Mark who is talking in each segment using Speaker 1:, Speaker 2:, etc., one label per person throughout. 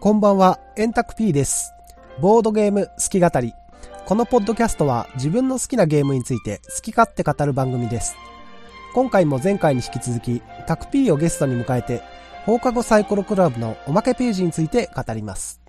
Speaker 1: こんばんは、エンタク P です。ボードゲーム好き語り。このポッドキャストは自分の好きなゲームについて好き勝手語る番組です。今回も前回に引き続き、タク P をゲストに迎えて、放課後サイコロクラブのおまけページについて語ります。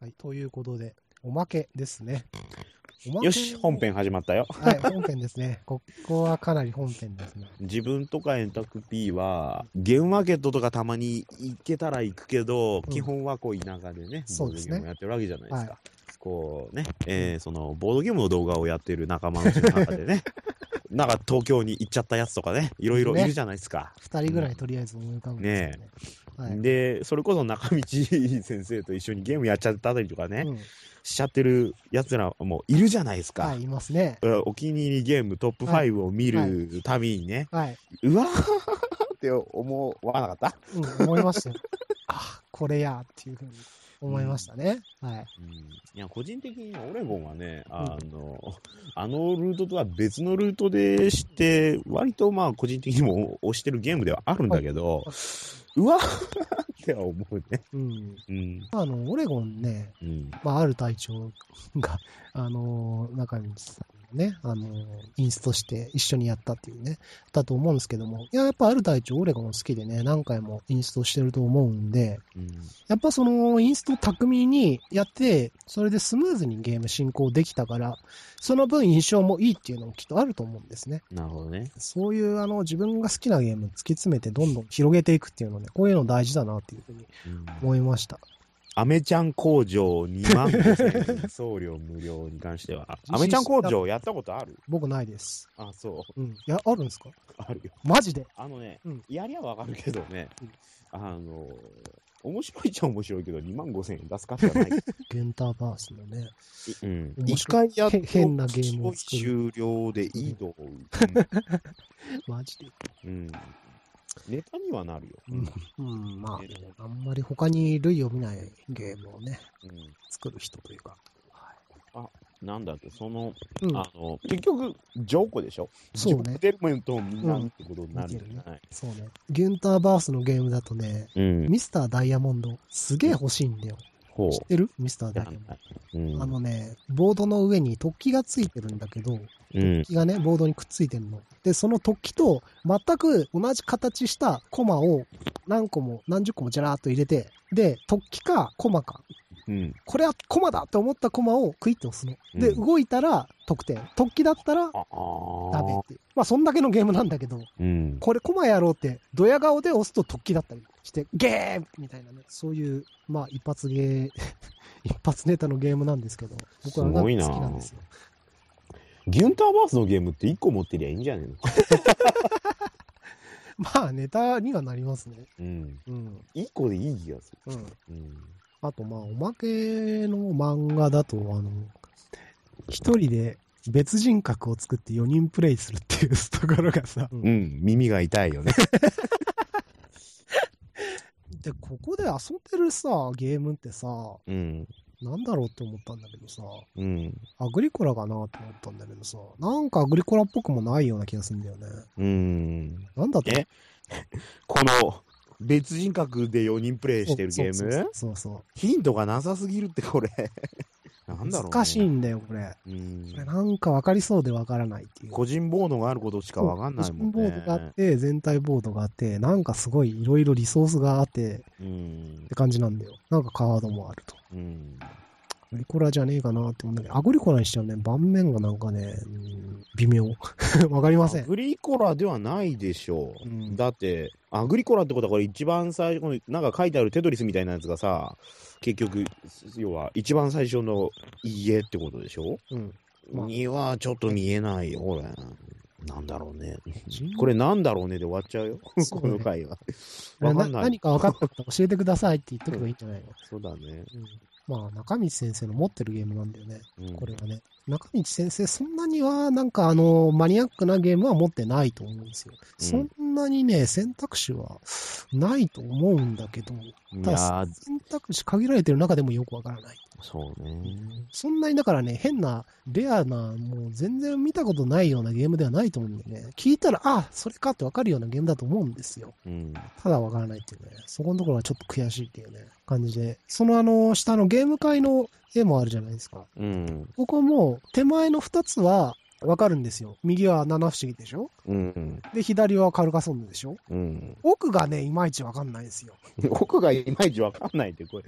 Speaker 1: はい、ということで、おまけですね。おまけ
Speaker 2: よし、本。編始まったよ。
Speaker 1: はい、本編ですね。ここはかなり本編ですね。
Speaker 2: 自分とかエンタク P は、ゲームマーケットとかたまに行けたら行くけど、
Speaker 1: うん
Speaker 2: 基本はこう田舎でね、
Speaker 1: そうですね
Speaker 2: ボードゲームやってるわけじゃないですか。
Speaker 1: は
Speaker 2: こうね、えーそのボードゲームの動画をやってる仲間のうちの中で ね、なんか東京に行っちゃったやつとかね、いろいろいるじゃないですか。
Speaker 1: 二人ぐらいとりあえず思い浮かぶんですよね。
Speaker 2: で、それこそ中道先生と一緒にゲームやっちゃったりとかね、
Speaker 1: うん
Speaker 2: しちゃってるやつらもいるじゃないですか。
Speaker 1: はい、いますね。
Speaker 2: うんお気に入りゲームトップ
Speaker 1: はい
Speaker 2: 5を見るたびにね、
Speaker 1: はい、
Speaker 2: うわー って思わなかった、
Speaker 1: うん、思いま したよ。あ、これやっていうふうに思いましたね。はい。
Speaker 2: いや個人的にオレゴンはねあの、あのルートとは別のルートでして割とまあ個人的にも推してるゲームではあるんだけど、うわー って思うね。
Speaker 1: うん。
Speaker 2: うん
Speaker 1: あの、オレゴンね、
Speaker 2: うん
Speaker 1: まあ、ある隊長が、あのー、中道さんをね、あのー、インストして一緒にやったっていうね、だと思うんですけども、いや、やっぱある隊長、オレゴン好きでね、何回もインストしてると思うんで、
Speaker 2: うん
Speaker 1: やっぱその、インスト巧みにやって、それでスムーズにゲーム進行できたから、その分印象もいいっていうのもきっとあると思うんですね。
Speaker 2: なるほどね。
Speaker 1: そういうあの自分が好きなゲーム突き詰めてどんどん広げていくっていうのね、こういうの大事だなっていうふうに
Speaker 2: うん
Speaker 1: 思いました。
Speaker 2: アメちゃん工場2万5000円送料無料に関しては。
Speaker 1: 実施
Speaker 2: アメちゃん工場やったことある
Speaker 1: 僕ないです。
Speaker 2: あ、そう。
Speaker 1: うん。いや、あるんですか
Speaker 2: あるよ。
Speaker 1: マジで。
Speaker 2: あのね、
Speaker 1: うん
Speaker 2: やりゃわかるけどね、
Speaker 1: うん
Speaker 2: あの、面白いっちゃ面白いけど、2万5千円出す価値 はない。
Speaker 1: ゲンターバースのね。
Speaker 2: うん
Speaker 1: 面
Speaker 2: 一
Speaker 1: 白い
Speaker 2: 回やっと
Speaker 1: へ変なゲームを作
Speaker 2: 終了でいいと思う。
Speaker 1: マジで。
Speaker 2: うんうんネタにはなるよ。
Speaker 1: うん。うん、まあ、あんまり他に類を見ないゲームをね、
Speaker 2: うん
Speaker 1: 作る人というか。は
Speaker 2: なんだっけ、その、
Speaker 1: い。うん。
Speaker 2: あの、結局、ジョーコでしょ
Speaker 1: そうね
Speaker 2: 自分でメントをみんなってことになるんじゃない、
Speaker 1: そうね。ゲンターバースのゲームだとね、
Speaker 2: うん。
Speaker 1: ミスターダイヤモンド、すげえ欲しいんだよ。
Speaker 2: ほう
Speaker 1: 知ってるミスターダイヤモン
Speaker 2: うん
Speaker 1: ド。あのね、ボードの上に突起がついてるんだけど、
Speaker 2: うん
Speaker 1: 突起がね、ボードにくっついてんの。で、その突起と全く同じ形したコマを何個も何十個もジャラーっと入れて、で、突起かコマか、
Speaker 2: うん。
Speaker 1: これはコマだと思ったコマをクイッと押すの。で、
Speaker 2: うん
Speaker 1: 動いたら得点。突起だったら
Speaker 2: あ
Speaker 1: ダメ
Speaker 2: あ
Speaker 1: っ。ていう。まあ、そんだけのゲームなんだけど、
Speaker 2: うん。
Speaker 1: これコマやろうって、ドヤ顔で押すと突起だったりして、ゲームみたいなね、そういう、まあ、一発ゲー、 一発ネタのゲームなんですけど、僕は
Speaker 2: すごいな
Speaker 1: 好きなんですよ。
Speaker 2: ギュンターバースのゲームって1個持ってりゃいいんじゃねえの
Speaker 1: まあ、ネタにはなりますね。
Speaker 2: うん。
Speaker 1: うん。
Speaker 2: 1個でいい気がする。
Speaker 1: うん。
Speaker 2: うん。
Speaker 1: あと、まあ、おまけの漫画だと、あの、一人で別人格を作って4人プレイするっていうところがさ、
Speaker 2: うん、耳が痛いよね。
Speaker 1: で、ここで遊んでるさ、ゲームってさ、
Speaker 2: うん。
Speaker 1: なんだろうって思ったんだけどさ、
Speaker 2: うん。
Speaker 1: アグリコラかなって思ったんだけどさ、なんかアグリコラっぽくもないような気がするんだよね。
Speaker 2: うん。
Speaker 1: なんだって
Speaker 2: えこの、別人格で4人プレイしてるゲー
Speaker 1: そうそう
Speaker 2: ム
Speaker 1: そうそう
Speaker 2: ヒントがなさすぎるっ て、これ。なんだろう、ね。
Speaker 1: 難しい。んだよ、これ。
Speaker 2: うん
Speaker 1: こ。れなんかわかりそうでわからないっていう。
Speaker 2: 個人ボードがあることしかわかんないもんね。
Speaker 1: 個人ボードがあって、全体ボードがあって、なんかすごいいろいろリソースがあってっ
Speaker 2: うん。
Speaker 1: て感じなんだよ。なんかカードもあると。
Speaker 2: うん。
Speaker 1: アグリコラじゃねえかなって思うんだけど、アグリコラにしちゃうね、盤面がなんかね、うん微妙。 わかりませ
Speaker 2: ア
Speaker 1: ん。
Speaker 2: グリコラではないでしょう。
Speaker 1: うん
Speaker 2: だって、アグリコラってことは、これ一番最初、このなんか書いてあるテトリスみたいなやつがさ、結局、要は一番最初の家ってことでしょ、
Speaker 1: うんまあ
Speaker 2: にはちょっと見えないよ、これ。なんだろうね。これなんだろうねで終わっちゃうよ、
Speaker 1: そう
Speaker 2: こ
Speaker 1: ね
Speaker 2: の回は。
Speaker 1: な
Speaker 2: わかんない
Speaker 1: 何か分かったら教えてくださいって言っとけばいいんじゃないの
Speaker 2: そうだね。
Speaker 1: まあ、中道先生の持ってるゲームなんだよね、
Speaker 2: うん
Speaker 1: これはね。中道先生、そんなには、なんかあの、マニアックなゲームは持ってないと思うんですよ。
Speaker 2: うん
Speaker 1: そんなにね、選択肢はないと思うんだけど、
Speaker 2: い
Speaker 1: た
Speaker 2: や
Speaker 1: だ
Speaker 2: ー、
Speaker 1: 選択肢限られてる中でもよくわからない。
Speaker 2: そうね。
Speaker 1: そんなにだからね、変な、レアな、もう全然見たことないようなゲームではないと思うんでね、聞いたら、あ、それかってわかるようなゲームだと思うんですよ。
Speaker 2: うん。
Speaker 1: ただわからないっていうね、そこのところがちょっと悔しいっていうね、感じで、そのあの、下のゲーム会の絵もあるじゃないですか。
Speaker 2: うん。
Speaker 1: ここも、手前の2つはわかるんですよ。右は七不思議でしょ
Speaker 2: うん。
Speaker 1: で、左はカルカソンヌでしょ
Speaker 2: うん。
Speaker 1: 奥がね、いまいちわかんないんですよ。
Speaker 2: 奥がいまいちわかんないって、こ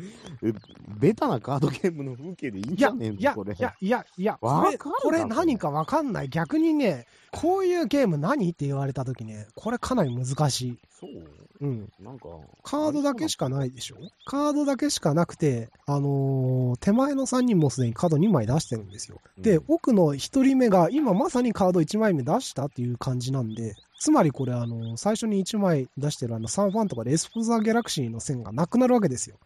Speaker 2: れ、ベタなカードゲームの風景でいいん
Speaker 1: い
Speaker 2: じゃ
Speaker 1: や、
Speaker 2: ねえの
Speaker 1: いや
Speaker 2: これ。、
Speaker 1: いや、いや、いや、
Speaker 2: わ
Speaker 1: こ
Speaker 2: かる
Speaker 1: れ、
Speaker 2: か
Speaker 1: これ何かわかんない。逆にね、こういうゲーム何って言われたときね、これかなり難しい。
Speaker 2: そう
Speaker 1: うん。
Speaker 2: なんか。
Speaker 1: カードだけし
Speaker 2: か。
Speaker 1: かないでしょカードだけしかなくて、あのー手前の3人もすでにカード2枚出してるんですよ。で、
Speaker 2: うん
Speaker 1: 奥の1人目が今まさにカード1枚目出したっていう感じなんで、つまりこれあのー最初に1枚出してるあのサンファンとかでエスポザーギャラクシーの線がなくなるわけですよ。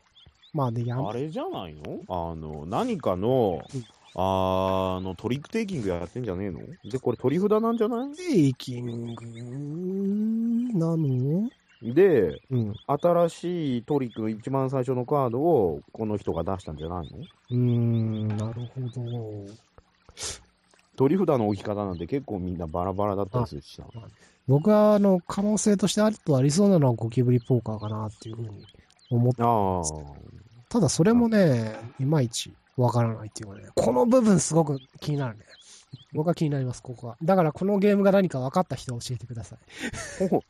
Speaker 1: まあで、やん
Speaker 2: あれじゃないのあの、何かの
Speaker 1: うん、
Speaker 2: あの、トリックテイキングやってんじゃねえので、これ取り札なんじゃな
Speaker 1: テイキングなの
Speaker 2: いで、
Speaker 1: うん。う
Speaker 2: 新しいトリックの一番最初のカードを、この人が出したんじゃないの
Speaker 1: ーん、なるほど。
Speaker 2: 取り札の置き方なんて結構みんなバラバラだったりするしさ。
Speaker 1: 僕は、あの、可能性としてあるとありそうなのはゴキブリポーカーかなっていうふうに思って、
Speaker 2: ああ。
Speaker 1: ただそれもね、いまいちわからないっていうかね、この部分すごく気になるね。僕は気になります、ここは。だからこのゲームが何か分かった人は教えてください。
Speaker 2: もう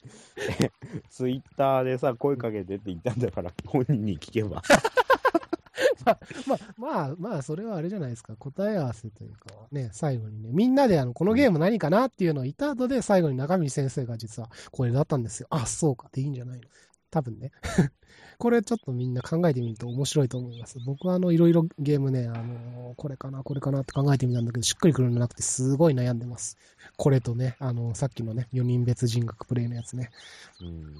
Speaker 2: えツイッターでさ、声かけてって言ったんだから、本人に聞けば。
Speaker 1: まあ、 まあ、まあ、それはあれじゃないですか。答え合わせというか、ね、最後にね、みんなであの、このゲーム何かなっていうのを言った後で、最後に中身先生が実はこれだったんですよ。あ、そうか、でいいんじゃないの多分ね。 これちょっとみんな考えてみると面白いと思います。僕はあの、いろいろゲームね、あのこれかな、これかなって考えてみたんだけど、しっくりくるのなくて、すごい悩んでます。これとね、あのさっきのね、4人別人格プレイのやつね。
Speaker 2: うん。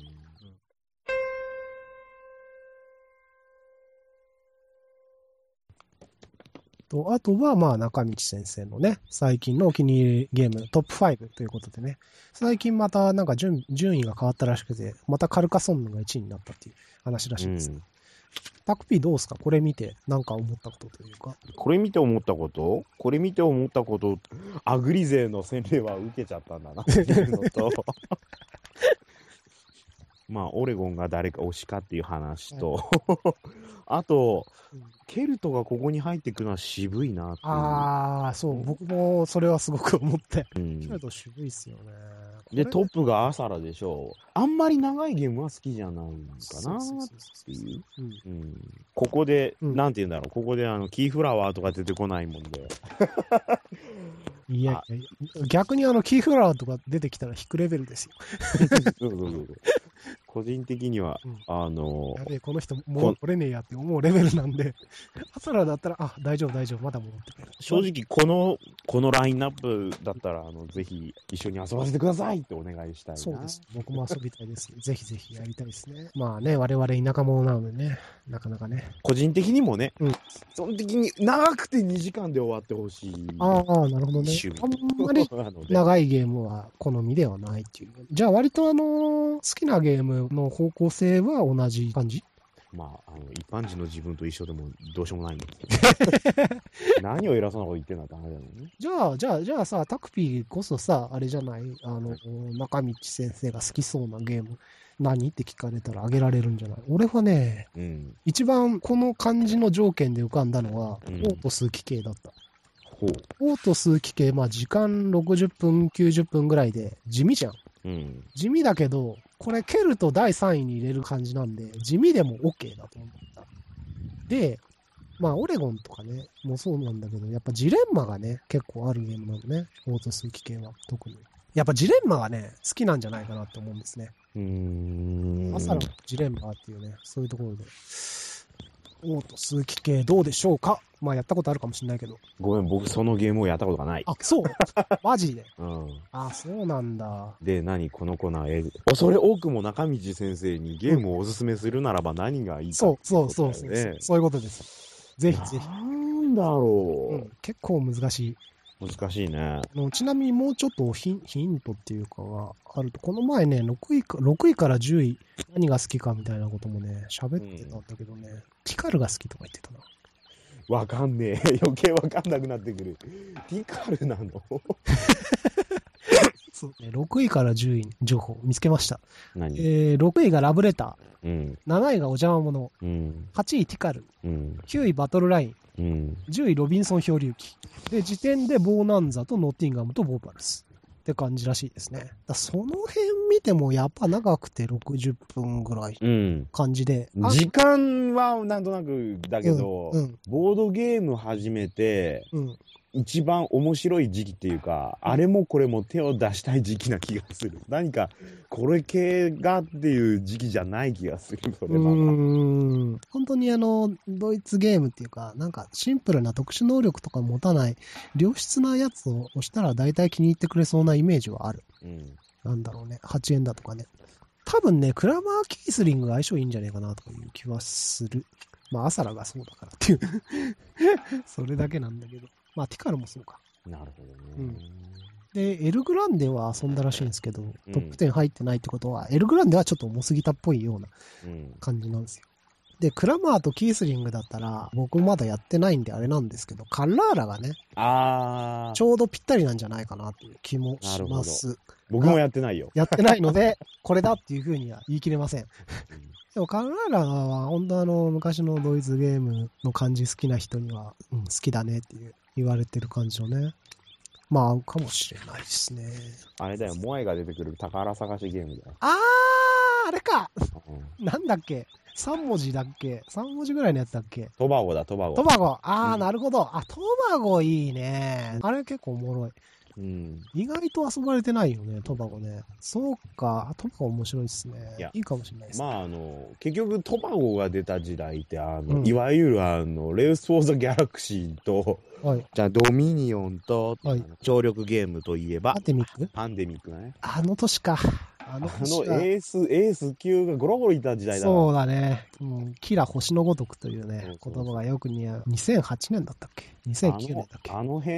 Speaker 1: と、あとは、まあ、中道先生のね、最近のお気に入りゲーム、トップ5ということでね、最近また、なんか順、順位が変わったらしくて、またカルカソンヌが1位になったっていう話らしいです。
Speaker 2: うん
Speaker 1: タクピーどうすかこれ見て、なんか思ったことというか。
Speaker 2: これ見て思ったことこれ見て思ったこと、アグリ勢の洗礼は受けちゃった んだなっていうのと、まあ、オレゴンが誰か推しかっていう話と、 あと、ケルトがここに入ってくのは渋いなっていう。
Speaker 1: あー、そう、僕もそれはすごく思って。
Speaker 2: うん
Speaker 1: けれど渋いっすよね。
Speaker 2: で、
Speaker 1: こ
Speaker 2: ト
Speaker 1: れ
Speaker 2: ップがアサラでしょう。あんまり長いゲームは好きじゃないのか
Speaker 1: そ
Speaker 2: な
Speaker 1: う
Speaker 2: っ
Speaker 1: そうそう
Speaker 2: て
Speaker 1: そう
Speaker 2: いう。
Speaker 1: うん
Speaker 2: うんここで、
Speaker 1: うん
Speaker 2: なんて言うんだろう、ここであのキーフラワーとか出てこないもんで。
Speaker 1: いやいや逆にあの、キーフラワーとか出てきたら引くレベルですよ。
Speaker 2: そうそうそうそう個人的には、
Speaker 1: うん
Speaker 2: あの
Speaker 1: や、べえ、この人、もう取れねえやって思うレベルなんで、 アサラだったら、あ、大丈夫、大丈夫、まだ戻ってくる。
Speaker 2: 正直この、このラインナップだったら、あの、ぜひ一緒に遊ばせてくださいってお願いしたいな。
Speaker 1: そうです。。僕も遊びたいです。ぜひぜひやりたいですね。まあね、我々田舎者なのでね、なかなかね。
Speaker 2: 個人的にもね、
Speaker 1: うん
Speaker 2: 基本的に長くて2時間で終わってほしい。
Speaker 1: ああ、なるほどね
Speaker 2: 趣。味
Speaker 1: あんまり
Speaker 2: なので。
Speaker 1: 長いゲームは好みではないっていう。じゃあ割とあのー好きなゲームの方向性は同じ感じ
Speaker 2: まあ、あの、一般人の自分と一緒でもどうしようもないんですけ ど何を偉そうなこと言ってんだって話だよね。
Speaker 1: じゃあ、じゃあ、じゃあさ、タクピーこそさ、あれじゃないあの、中道先生が好きそうなゲーム何って聞かれたらあげられるんじゃない俺はね、
Speaker 2: うん。
Speaker 1: 一番この漢字の条件で浮かんだのは、
Speaker 2: うん
Speaker 1: オート数奇形だった。
Speaker 2: ほう。
Speaker 1: オート数奇形、まあ時間60分、90分ぐらいで、地味じゃん。
Speaker 2: うん。
Speaker 1: 地味だけど、これ蹴ると第3位に入れる感じなんで、地味でも OK だと思った。で、まあオレゴンとかね、もうそうなんだけど、やっぱジレンマがね、結構あるゲームなのね。オート数奇形は、特に。やっぱジレンマがね、好きなんじゃないかなって思うんですね。
Speaker 2: うーん
Speaker 1: 朝のジレンマっていうね、そういうところで。オート数奇系どうでしょうかまあやったことあるかもしれないけど。
Speaker 2: ごめん、僕そのゲームをやったことがない。
Speaker 1: あ、そう マジで。
Speaker 2: うん、
Speaker 1: あ、そうなんだ。
Speaker 2: で、何このコーナー、え恐れ多くも中道先生にゲームをおすすめするならば何がいいか
Speaker 1: そうそうそうそうそう、
Speaker 2: ね
Speaker 1: そういうことです。ぜひぜひ。
Speaker 2: なんだろ
Speaker 1: う
Speaker 2: う、
Speaker 1: ん、結構難しい
Speaker 2: 難しいね。
Speaker 1: あのちなみにもうちょっとヒンヒントっていうかがあると、この前ね、6位か ,6 位から10位、何が好きかみたいなこともね、喋ってたんだけどね、ティカルが好きとか言ってたな。
Speaker 2: わかんねえ。 余計わかんなくなってくる。ティカルなの
Speaker 1: そうね、6位から10位情報見つけました。
Speaker 2: 何
Speaker 1: えー、6位がラブレタ
Speaker 2: うん、
Speaker 1: ー、7位がお邪魔者、
Speaker 2: うん、
Speaker 1: 8位ティカル、
Speaker 2: うん、
Speaker 1: 9位バトルライン、
Speaker 2: うん。
Speaker 1: 10位ロビンソン漂流記。で、時点でボーナンザとノッティンガムとボーパルス。って感じらしいですね。だからその辺見てもやっぱ長くて60分ぐらい
Speaker 2: うん。
Speaker 1: 感じで。あ
Speaker 2: 時間はなんとなくだけど、
Speaker 1: うん、
Speaker 2: ボードゲーム始めて、
Speaker 1: うん、うん。
Speaker 2: 一番面白い時期っていうか、あれもこれも手を出したい時期な気が する。何か、これ系がっていう時期じゃない気がする、そうれ
Speaker 1: ー
Speaker 2: は。
Speaker 1: ん本当にあの、ドイツゲームっていうか、なんかシンプルな特殊能力とか持たない、良質なやつを押したら大体気に入ってくれそうなイメージはある。
Speaker 2: うん。
Speaker 1: なんだろうね、8円だとかね。多分ね、クラマー・キースリングが相性いいんじゃねえかなという気はする。まあ、アサラがそうだからっていう。 それだけなんだけど。まあ、ティカルもそうか。
Speaker 2: なるほどね。
Speaker 1: うんで、エルグランデは遊んだらしいんですけど、
Speaker 2: うん
Speaker 1: トップ10入ってないってことは、エルグランデはちょっと重すぎたっぽいような
Speaker 2: うん。
Speaker 1: 感じなんですよ。で、クラマーとキースリングだったら、僕まだやってないんであれなんですけど、カラーラがね、
Speaker 2: あ
Speaker 1: ち
Speaker 2: ー、
Speaker 1: ょうどぴったりなんじゃないかなという気もします。
Speaker 2: 僕もやってないよ。
Speaker 1: やってないので、これだっていうふうには言い切れません。でもカルララは本当あの昔のドイツゲームの感じ好きな人には、うん、好きだねっていう言われてる感じのね。まあ合うかもしれないですね。
Speaker 2: あれだよ、モアイが出てくる宝探しゲームだよ。
Speaker 1: あーあれか なんだっけ ?3 文字だっけ ?3 文字ぐらいのやつだっけ
Speaker 2: トバゴだ、トバゴ。
Speaker 1: トバゴあー、
Speaker 2: うん
Speaker 1: なるほど。あ、トバゴいいね。あれ結構おもろい。
Speaker 2: うん。
Speaker 1: 意外と遊ばれてないよね、トバゴね。そうか、トバゴ面白いですね
Speaker 2: いや。
Speaker 1: いいかもしれないです
Speaker 2: ま
Speaker 1: ね。
Speaker 2: あ、あの、結局、トバゴが出た時代って、あの、
Speaker 1: うん
Speaker 2: いわゆる、あの、レース・フォー・ザ・ギャラクシーと、
Speaker 1: はい。
Speaker 2: じゃあ、ドミニオンと、
Speaker 1: はい
Speaker 2: あの協力ゲームといえば
Speaker 1: ア、テミック
Speaker 2: パンデミックだね。
Speaker 1: あの年か。あ
Speaker 2: あ
Speaker 1: の
Speaker 2: の
Speaker 1: 年か。
Speaker 2: エース、エース級がゴロゴロいた時代だ。
Speaker 1: そううだね。うん、キラ星のごとくというね、
Speaker 2: そうそうそ
Speaker 1: 言
Speaker 2: う
Speaker 1: 葉がよく似合う。2008年だったっけ ?2009 年だっけ
Speaker 2: あのあの辺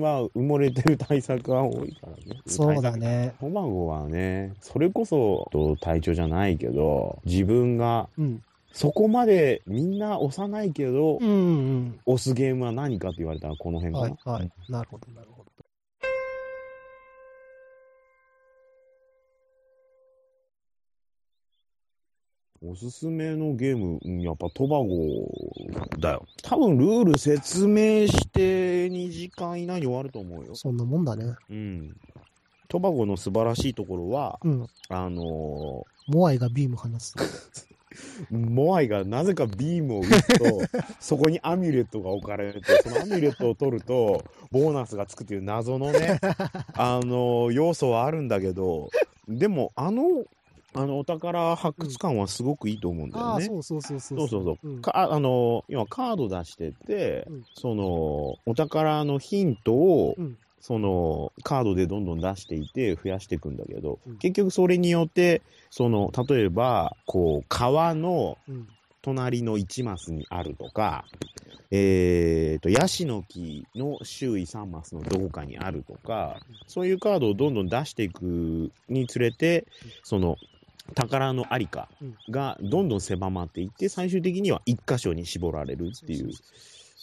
Speaker 2: は埋もれてる対策が多いからね。
Speaker 1: そうだね。
Speaker 2: トバゴはね、それこそ、と隊長じゃないけど、自分が、
Speaker 1: うん。
Speaker 2: そこまでみんな押さないけど、
Speaker 1: うんうん。
Speaker 2: 押すゲームは何かって言われたらこの辺
Speaker 1: は
Speaker 2: か
Speaker 1: い
Speaker 2: な。
Speaker 1: はい。なるほど、なるほど。
Speaker 2: おすすめのゲーム、うんやっぱトバゴだよ。多分ルール説明して2時間以内に終わると思うよ。
Speaker 1: そんなもんだね。
Speaker 2: うん。トバゴの素晴らしいところは、
Speaker 1: うん。
Speaker 2: あの
Speaker 1: モアイがビーム放す。
Speaker 2: ーモアイがなぜかビームを打つ と、そこにアミュレットが置かれて、そのアミュレットを取ると、ボーナスがつくという謎の ね、あのー要素はあるんだけど、でも、あの、あの、お宝発掘感はすごくいいと思うんだ
Speaker 1: あ
Speaker 2: よ
Speaker 1: あ、
Speaker 2: ね。
Speaker 1: そうそうそうそう。
Speaker 2: そうそうそう。
Speaker 1: ん
Speaker 2: かあの、今カード出してて、
Speaker 1: うん
Speaker 2: その、お宝のヒントを、
Speaker 1: うん
Speaker 2: その、カードでどんどん出していて、増やしていくんだけど、
Speaker 1: うん
Speaker 2: 結局それによって、その、例えば、こう、川の
Speaker 1: うん。
Speaker 2: 隣の1マスにあるとか、えーと、ヤシの木の周囲3マスのどこかにあるとか、そういうカードをどんどん出していくにつれて、その、宝のありかがどんどん狭まっていって、最終的には1箇所に絞られるっていう、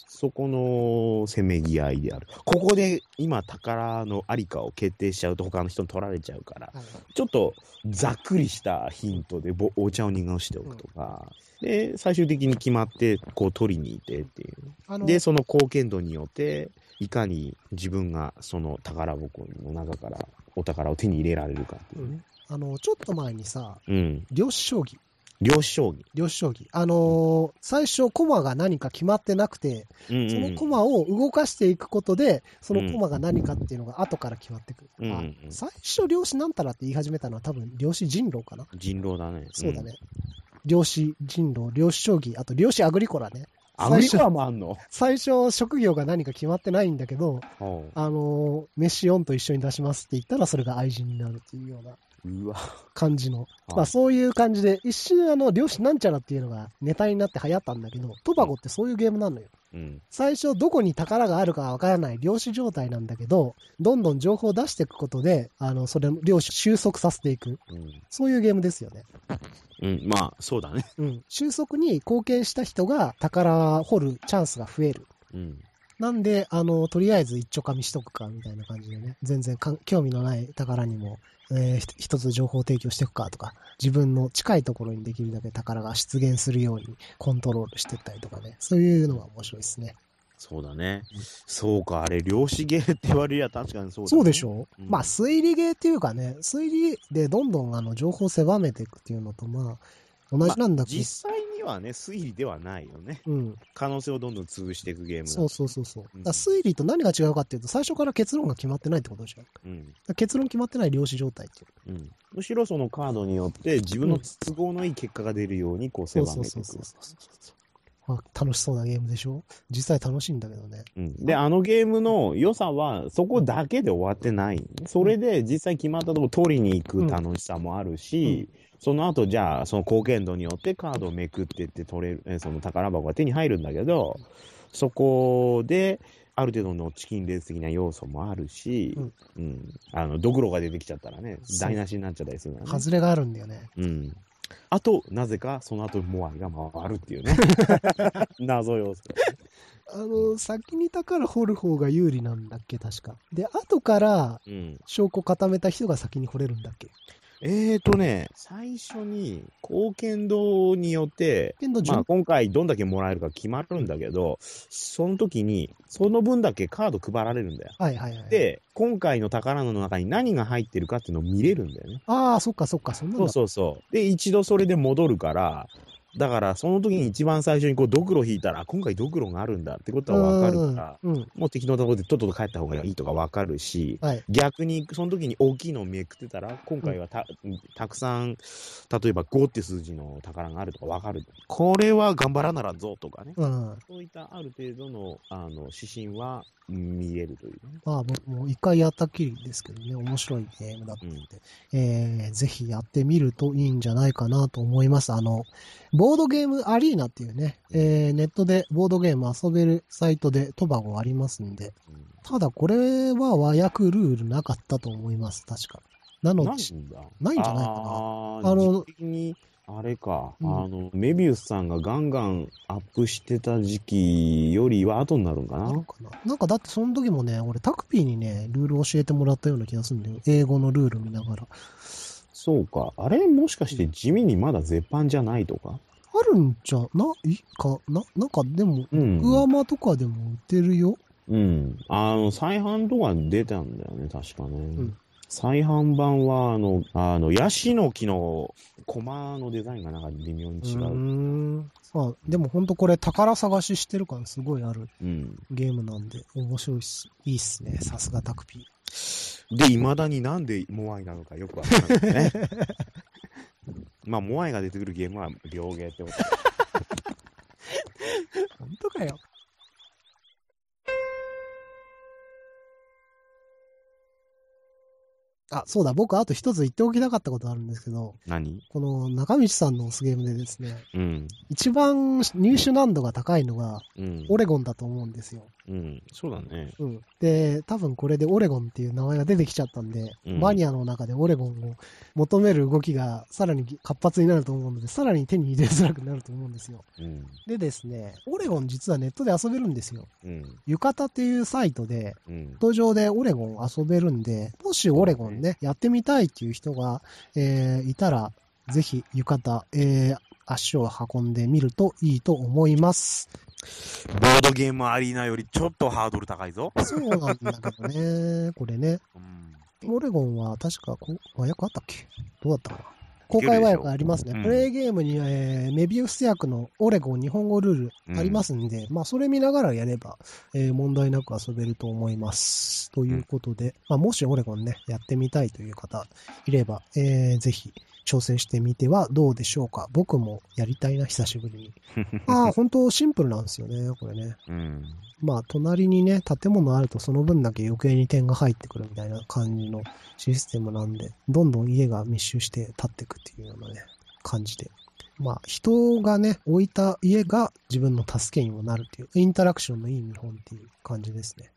Speaker 2: そこのせめぎ合いである。ここで今宝のありかを決定しちゃうと他の人に取られちゃうから、
Speaker 1: はい
Speaker 2: ちょっとざっくりしたヒントでぼお茶を濁しておくとか、で、最終的に決まって、こう取りに行ってっていう。
Speaker 1: あの、
Speaker 2: で、その貢献度によって、いかに自分がその宝箱の中からお宝を手に入れられるかっていうね。
Speaker 1: あの、ちょっと前にさ、
Speaker 2: うん。
Speaker 1: 量子将棋。
Speaker 2: 量子将棋。
Speaker 1: 量子将棋。あのー最初、コマが何か決まってなくて、
Speaker 2: うん
Speaker 1: その
Speaker 2: う
Speaker 1: コ
Speaker 2: ん
Speaker 1: マを動かしていくことで、そのコマが何かっていうのが後から決まってくる。
Speaker 2: うん
Speaker 1: あ
Speaker 2: うんうん
Speaker 1: 最初、量子なんたらって言い始めたのは多分、量子人狼かな。
Speaker 2: 人狼だね。
Speaker 1: そうだね。量子人狼、量子将棋、あと量子アグリコラね。
Speaker 2: うん。アグリコ
Speaker 1: 最初、
Speaker 2: ラもあんの
Speaker 1: 最初職業が何か決まってないんだけど、
Speaker 2: おう
Speaker 1: あのー、飯4と一緒に出しますって言ったら、それが愛人になるっていうような
Speaker 2: うわ。
Speaker 1: 感じの。
Speaker 2: あ
Speaker 1: まあそういう感じで、一瞬あの、量子なんちゃらっていうのがネタになって流行ったんだけど、トバゴってそういうゲームなのよ。
Speaker 2: うん。
Speaker 1: 最初どこに宝があるかわからない量子状態なんだけど、どんどん情報を出していくことで、あの、それの量子収束させていく。
Speaker 2: うん。
Speaker 1: そういうゲームですよね。
Speaker 2: うん。まあ、そうだね。
Speaker 1: うん。収束に貢献した人が宝掘るチャンスが増える。
Speaker 2: うん。
Speaker 1: なんで、あの、とりあえず一丁噛みしとくか、みたいな感じでね、全然かん興味のない宝にも、えーひ一つ情報を提供していくかとか、自分の近いところにできるだけ宝が出現するようにコントロールしていったりとかね、そういうのが面白いですね。
Speaker 2: そうだね。そうか、あれ、量子ゲーって言われりゃ確かにそうだ、ね。
Speaker 1: そうでしょう、
Speaker 2: うん
Speaker 1: まあ、推理ゲーっていうかね、推理でどんどんあの情報を狭めていくっていうのと、まあ、同じなんだけど、
Speaker 2: 実際にはね、推理ではないよね。
Speaker 1: うん、
Speaker 2: 可能性をどんどん潰していくゲームだ
Speaker 1: そうそうそうそう。だか
Speaker 2: うん
Speaker 1: ら推理と何が違うかっていうと、最初から結論が決まってないってことじゃん。だか
Speaker 2: うん。
Speaker 1: ら結論決まってない量子状態っていう。
Speaker 2: うん。むしろそのカードによって自分の都合のいい結果が出るように、こう、狭めていく。
Speaker 1: まあ、楽しそうなゲームでしょ実際楽しいんだけどね。
Speaker 2: うんで、あのゲームの良さは、そこだけで終わってない。それで、実際決まったとこ取りに行く楽しさもあるし、その後、じゃあ、その貢献度によってカードをめくってって取れる、えその宝箱が手に入るんだけど、そこで、ある程度のチキンレース的な要素もあるし、
Speaker 1: うん
Speaker 2: うん。あの、ドクロが出てきちゃったらね
Speaker 1: そう、
Speaker 2: 台無しになっちゃったりするからね。
Speaker 1: 外れがあるんだよね。
Speaker 2: うん。あと、なぜか、その後、モアイが回るっていう ね。謎要素。
Speaker 1: あの、先に宝掘る方が有利なんだっけ、確か。で、後から
Speaker 2: うん。
Speaker 1: 証拠固めた人が先に掘れるんだっけ。
Speaker 2: えーとね、最初に貢献度によって、
Speaker 1: けど、順
Speaker 2: まあ、今回どんだけもらえるか決まるんだけど、その時にその分だけカード配られるんだよ。
Speaker 1: はいはいはい。、
Speaker 2: で、今回の宝の中に何が入ってるかっていうのを見れるんだよね。
Speaker 1: ああ、そっかそっか、そんな
Speaker 2: そ
Speaker 1: の
Speaker 2: うそうそう。で、一度それで戻るから、だからその時に一番最初にこうドクロ引いたら、あ今回ドクロがあるんだってことはわかるから、
Speaker 1: うん。うん
Speaker 2: もう適当なところでとっとと帰った方がいいとかわかるし、
Speaker 1: はい。
Speaker 2: 逆にその時に大きいのをめくってたら今回はた,、たくさん例えば5って数字の宝があるとか分かるこれは頑張らならんぞとかね
Speaker 1: うん。
Speaker 2: そういったある程度のあの指針は見えるというね
Speaker 1: まあ僕も一回やったっきりですけどね、面白いゲームだったので、えーぜひやってみるといいんじゃないかなと思います。あの、ボードゲームアリーナっていうね、えーネットでボードゲーム遊べるサイトでトバゴありますんで、ただこれは和訳ルールなかったと思います、確か。な
Speaker 2: うん
Speaker 1: の
Speaker 2: ないん
Speaker 1: で、
Speaker 2: だ
Speaker 1: ないんじゃないかな
Speaker 2: あ
Speaker 1: あ
Speaker 2: あ
Speaker 1: の
Speaker 2: の的にあれか、
Speaker 1: うん
Speaker 2: あのメビウスさんがガンガンアップしてた時期よりは後になるんか
Speaker 1: な
Speaker 2: なん
Speaker 1: かななんかだってその時もね、俺タクピーにね、ルール教えてもらったような気がするんだよ。英語のルール見ながら。
Speaker 2: そうかあれもしかして地味にまだ絶版じゃないとか
Speaker 1: あるんじゃないかななんかでも、
Speaker 2: うん
Speaker 1: グアマとかでも売ってるよ。
Speaker 2: うん。あの、再販とか出たんだよね、確かね。
Speaker 1: ん
Speaker 2: 再販版は、あの、あの、ヤシの木のコマのデザインがなんか微妙に違
Speaker 1: うー
Speaker 2: う。
Speaker 1: んまあ、でも本当これ宝探ししてる感すごいある
Speaker 2: うん。
Speaker 1: ゲームなんで面白いっす。いいっすね。さすがタクピー。
Speaker 2: で、未だになんでモアイなのかよくわからないね。 まあ、モアイが出てくるゲームは両ゲーってこと。
Speaker 1: 本当かよ。あ、そうだ。僕あと一つ言っておきたかったことあるんですけど、
Speaker 2: 何
Speaker 1: この中道さんのオスゲームでですね、
Speaker 2: うん。
Speaker 1: 一番入手難度が高いのが
Speaker 2: うん。
Speaker 1: オレゴンだと思うんですよ。
Speaker 2: うん。そうだね。
Speaker 1: うん、で、多分これでオレゴンっていう名前が出てきちゃったんで、
Speaker 2: うん
Speaker 1: マニアの中でオレゴンを求める動きがさらに活発になると思うので、さらに手に入れづらくなると思うんですよ。
Speaker 2: うん。
Speaker 1: でですね、オレゴン実はネットで遊べるんですよ。
Speaker 2: うん。
Speaker 1: 浴衣っていうサイトで、
Speaker 2: うん。
Speaker 1: ネット上でオレゴン遊べるんで、もしオレゴンね、やってみたいっていう人が、えーいたら、ぜひ浴衣、えー足を運んでみるといいと思います。
Speaker 2: ボードゲームアリーナよりちょっとハードル高いぞ。
Speaker 1: そうなんだけどね、これね。
Speaker 2: うん。
Speaker 1: オレゴンは確かこう和訳あったっけどうだったかな公開和訳ありますね。
Speaker 2: うん
Speaker 1: プレイゲームに、えーメビウス訳のオレゴン日本語ルールありますんで、まあそれ見ながらやれば、えー問題なく遊べると思います。ということで、まあもしオレゴンね、やってみたいという方いれば、えーぜひ挑戦してみてはどうでしょうか。僕もやりたいな、久しぶりに。 ああ、本当シンプルなんですよね、これね。
Speaker 2: うん。
Speaker 1: まあ、隣にね、建物あるとその分だけ余計に点が入ってくるみたいな感じのシステムなんで、どんどん家が密集して建っていくっていうようなね、感じで。まあ、人がね、置いた家が自分の助けにもなるっていう、インタラクションのいい見本っていう感じですね。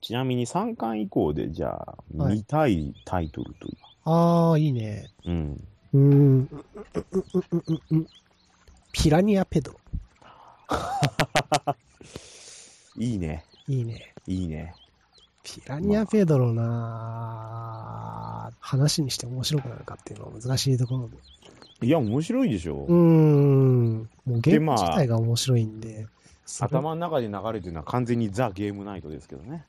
Speaker 2: ちなみに3巻以降で、じゃあ、
Speaker 1: はい
Speaker 2: 見たいタイトルというか。
Speaker 1: ああ、いいね。
Speaker 2: うん。
Speaker 1: うーん。うんうんうんうんうんピラニアペドロ。
Speaker 2: いいね。
Speaker 1: いいね。
Speaker 2: いいね。
Speaker 1: ピラニアペドロなあ話にして面白くなるかっていうのは難しいところで。
Speaker 2: いや、面白いでしょ。
Speaker 1: うーん。もうゲー
Speaker 2: で
Speaker 1: ム
Speaker 2: まあ
Speaker 1: 自体が面白いんで。それ
Speaker 2: 頭の中で流れてるのは完全にザ・ゲームナイトですけ どね。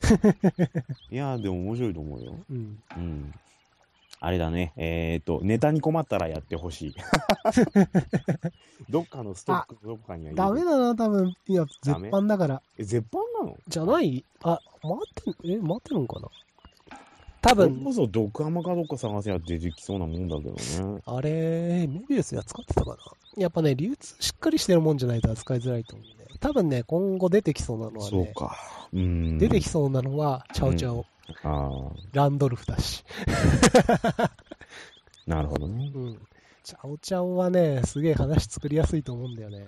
Speaker 2: いやー、でも面白いと思うよ。
Speaker 1: うん。
Speaker 2: うん。あれだね。えっ、と、ネタに困ったらやって ほしい。どっかのストックどっかには入れて
Speaker 1: ダメだな、多分。いや、絶
Speaker 2: ダメ
Speaker 1: 版だから。
Speaker 2: え、絶版なの
Speaker 1: じゃないあ、待ってん、え、待ってるのかな多
Speaker 2: 多分。それ
Speaker 1: 分
Speaker 2: こ、そ毒マかどっか探せば出てきそうなもんだけどね。
Speaker 1: あれ、メビウスや使ってたかなやっぱね、流通しっかりしてるもんじゃないと扱いづらいと思うんで。多分ね、今後出てきそうなのは
Speaker 2: そう
Speaker 1: ね、
Speaker 2: か。うん。
Speaker 1: 出てきそうなのは、チャウチャウ、
Speaker 2: ああ、
Speaker 1: ランドルフだし。
Speaker 2: なるほどね。
Speaker 1: うん。チャオチャオはね、すげえ話作りやすいと思うんだよね。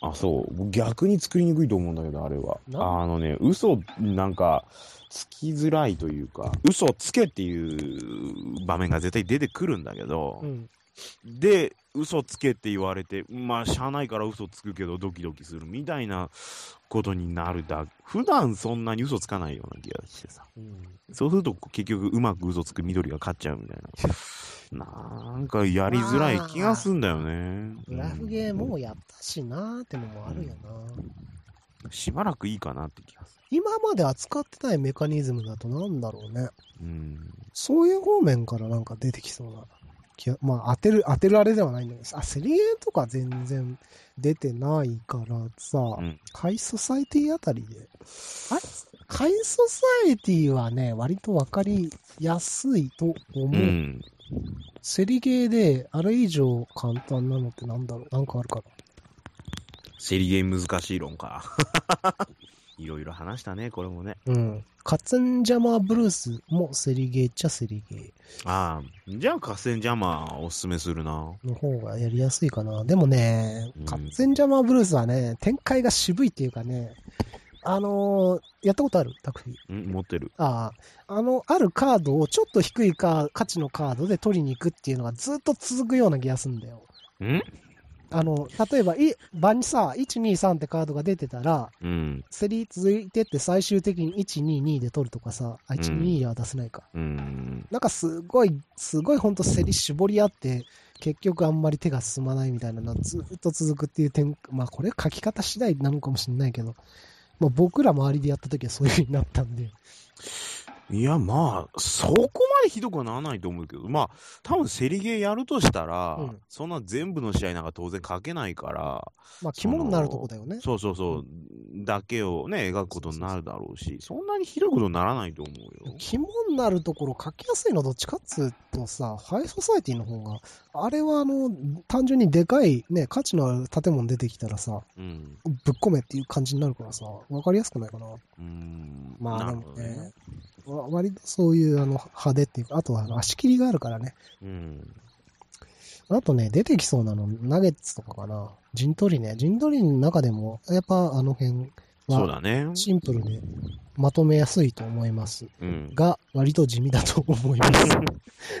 Speaker 2: あ、そう。逆に作りにくいと思うんだけど、あれは。
Speaker 1: な
Speaker 2: あのね、嘘、なんか、つきづらいというか、嘘をつけっていう場面が絶対出てくるんだけど、
Speaker 1: うん。
Speaker 2: で、嘘つけって言われて、まあ、しゃあないから嘘つくけど、ドキドキするみたいなことになるだ。普段そんなに嘘つかないような気がしてさ。
Speaker 1: うん、
Speaker 2: そうすると、結局、うまく嘘つく緑が勝っちゃうみたいな。なんか、やりづらい気がすんだよね。
Speaker 1: グラフゲー
Speaker 2: うん
Speaker 1: もうやったしなーってのもあるよな。
Speaker 2: しばらくいいかなって気がす
Speaker 1: 今まで扱ってないメカニズムだとなんだろうね。
Speaker 2: る。うん。
Speaker 1: そういう方面からなんか出てきそうな気が。まあ当てる、当てるあれではないんだけど、あ、セリエとか全然出てないからさ、
Speaker 2: ん
Speaker 1: ハイソサイティあたりで。あれハイソサイティはね、割とわかりやすいと思う。
Speaker 2: うん。
Speaker 1: セリゲーで、あれ以上簡単なのってなんだろうなんかあるかな
Speaker 2: セリゲー難しい論か。 いろいろ話したね、これもね。
Speaker 1: うん。カツンジャマーブルースもセリゲーっちゃセリゲ
Speaker 2: ああ、じゃあ、河川ジャマーおすすめするな。
Speaker 1: ーの方がやりやすいかな。でもね
Speaker 2: うん、
Speaker 1: カツンジャマーブルースはね、展開が渋いっていうかね、あのーやったことあるタクフィー。
Speaker 2: うん、持ってる。
Speaker 1: ああ、あの、あるカードをちょっと低いか価値のカードで取りに行くっていうのがずっと続くような気がすんだよ。
Speaker 2: ん
Speaker 1: あの、例えば、い、場にさ、1、2、3ってカードが出てたら、
Speaker 2: うん。
Speaker 1: 競り続いてって最終的に122で取るとかさ、あ、
Speaker 2: うん
Speaker 1: 122は出せないか。
Speaker 2: うん。
Speaker 1: なんかすごい、すごいほんと競り絞り合って、結局あんまり手が進まないみたいなのがずっと続くっていう点、まあこれ書き方次第なのかもしれないけど、まあ僕ら周りでやった時はそういう風になったんで。
Speaker 2: いや、まあ、そこまでひどくはならないと思うけど、まあ、多分セリゲーやるとしたら、
Speaker 1: うん
Speaker 2: そんな全部の試合なんか当然書けないから、
Speaker 1: まあ肝になるとこだよね。
Speaker 2: そうそうそう、だけをね、描くことになるだろうし、そんなにひどいことにならないと思うよ。
Speaker 1: 肝になるところ書きやすいのはどっちかっつうとさ、ハイソサイティの方が、あれはあの、単純にでかいね、価値のある建物出てきたらさ、
Speaker 2: うん。
Speaker 1: ぶっ込めっていう感じになるからさ、わかりやすくないかな。
Speaker 2: うん。
Speaker 1: まあで
Speaker 2: なる
Speaker 1: も
Speaker 2: ほどね
Speaker 1: ね、わ割とそういうあの派手っていうか、あとはあの足切りがあるからね。
Speaker 2: うん。
Speaker 1: あとね、出てきそうなの、ナゲッツとかかな。陣取りね。陣取りの中でも、やっぱあの辺
Speaker 2: そう
Speaker 1: は
Speaker 2: だね。
Speaker 1: シンプルでまとめやすいと思います。
Speaker 2: うん。
Speaker 1: が割と地味だと思い ます。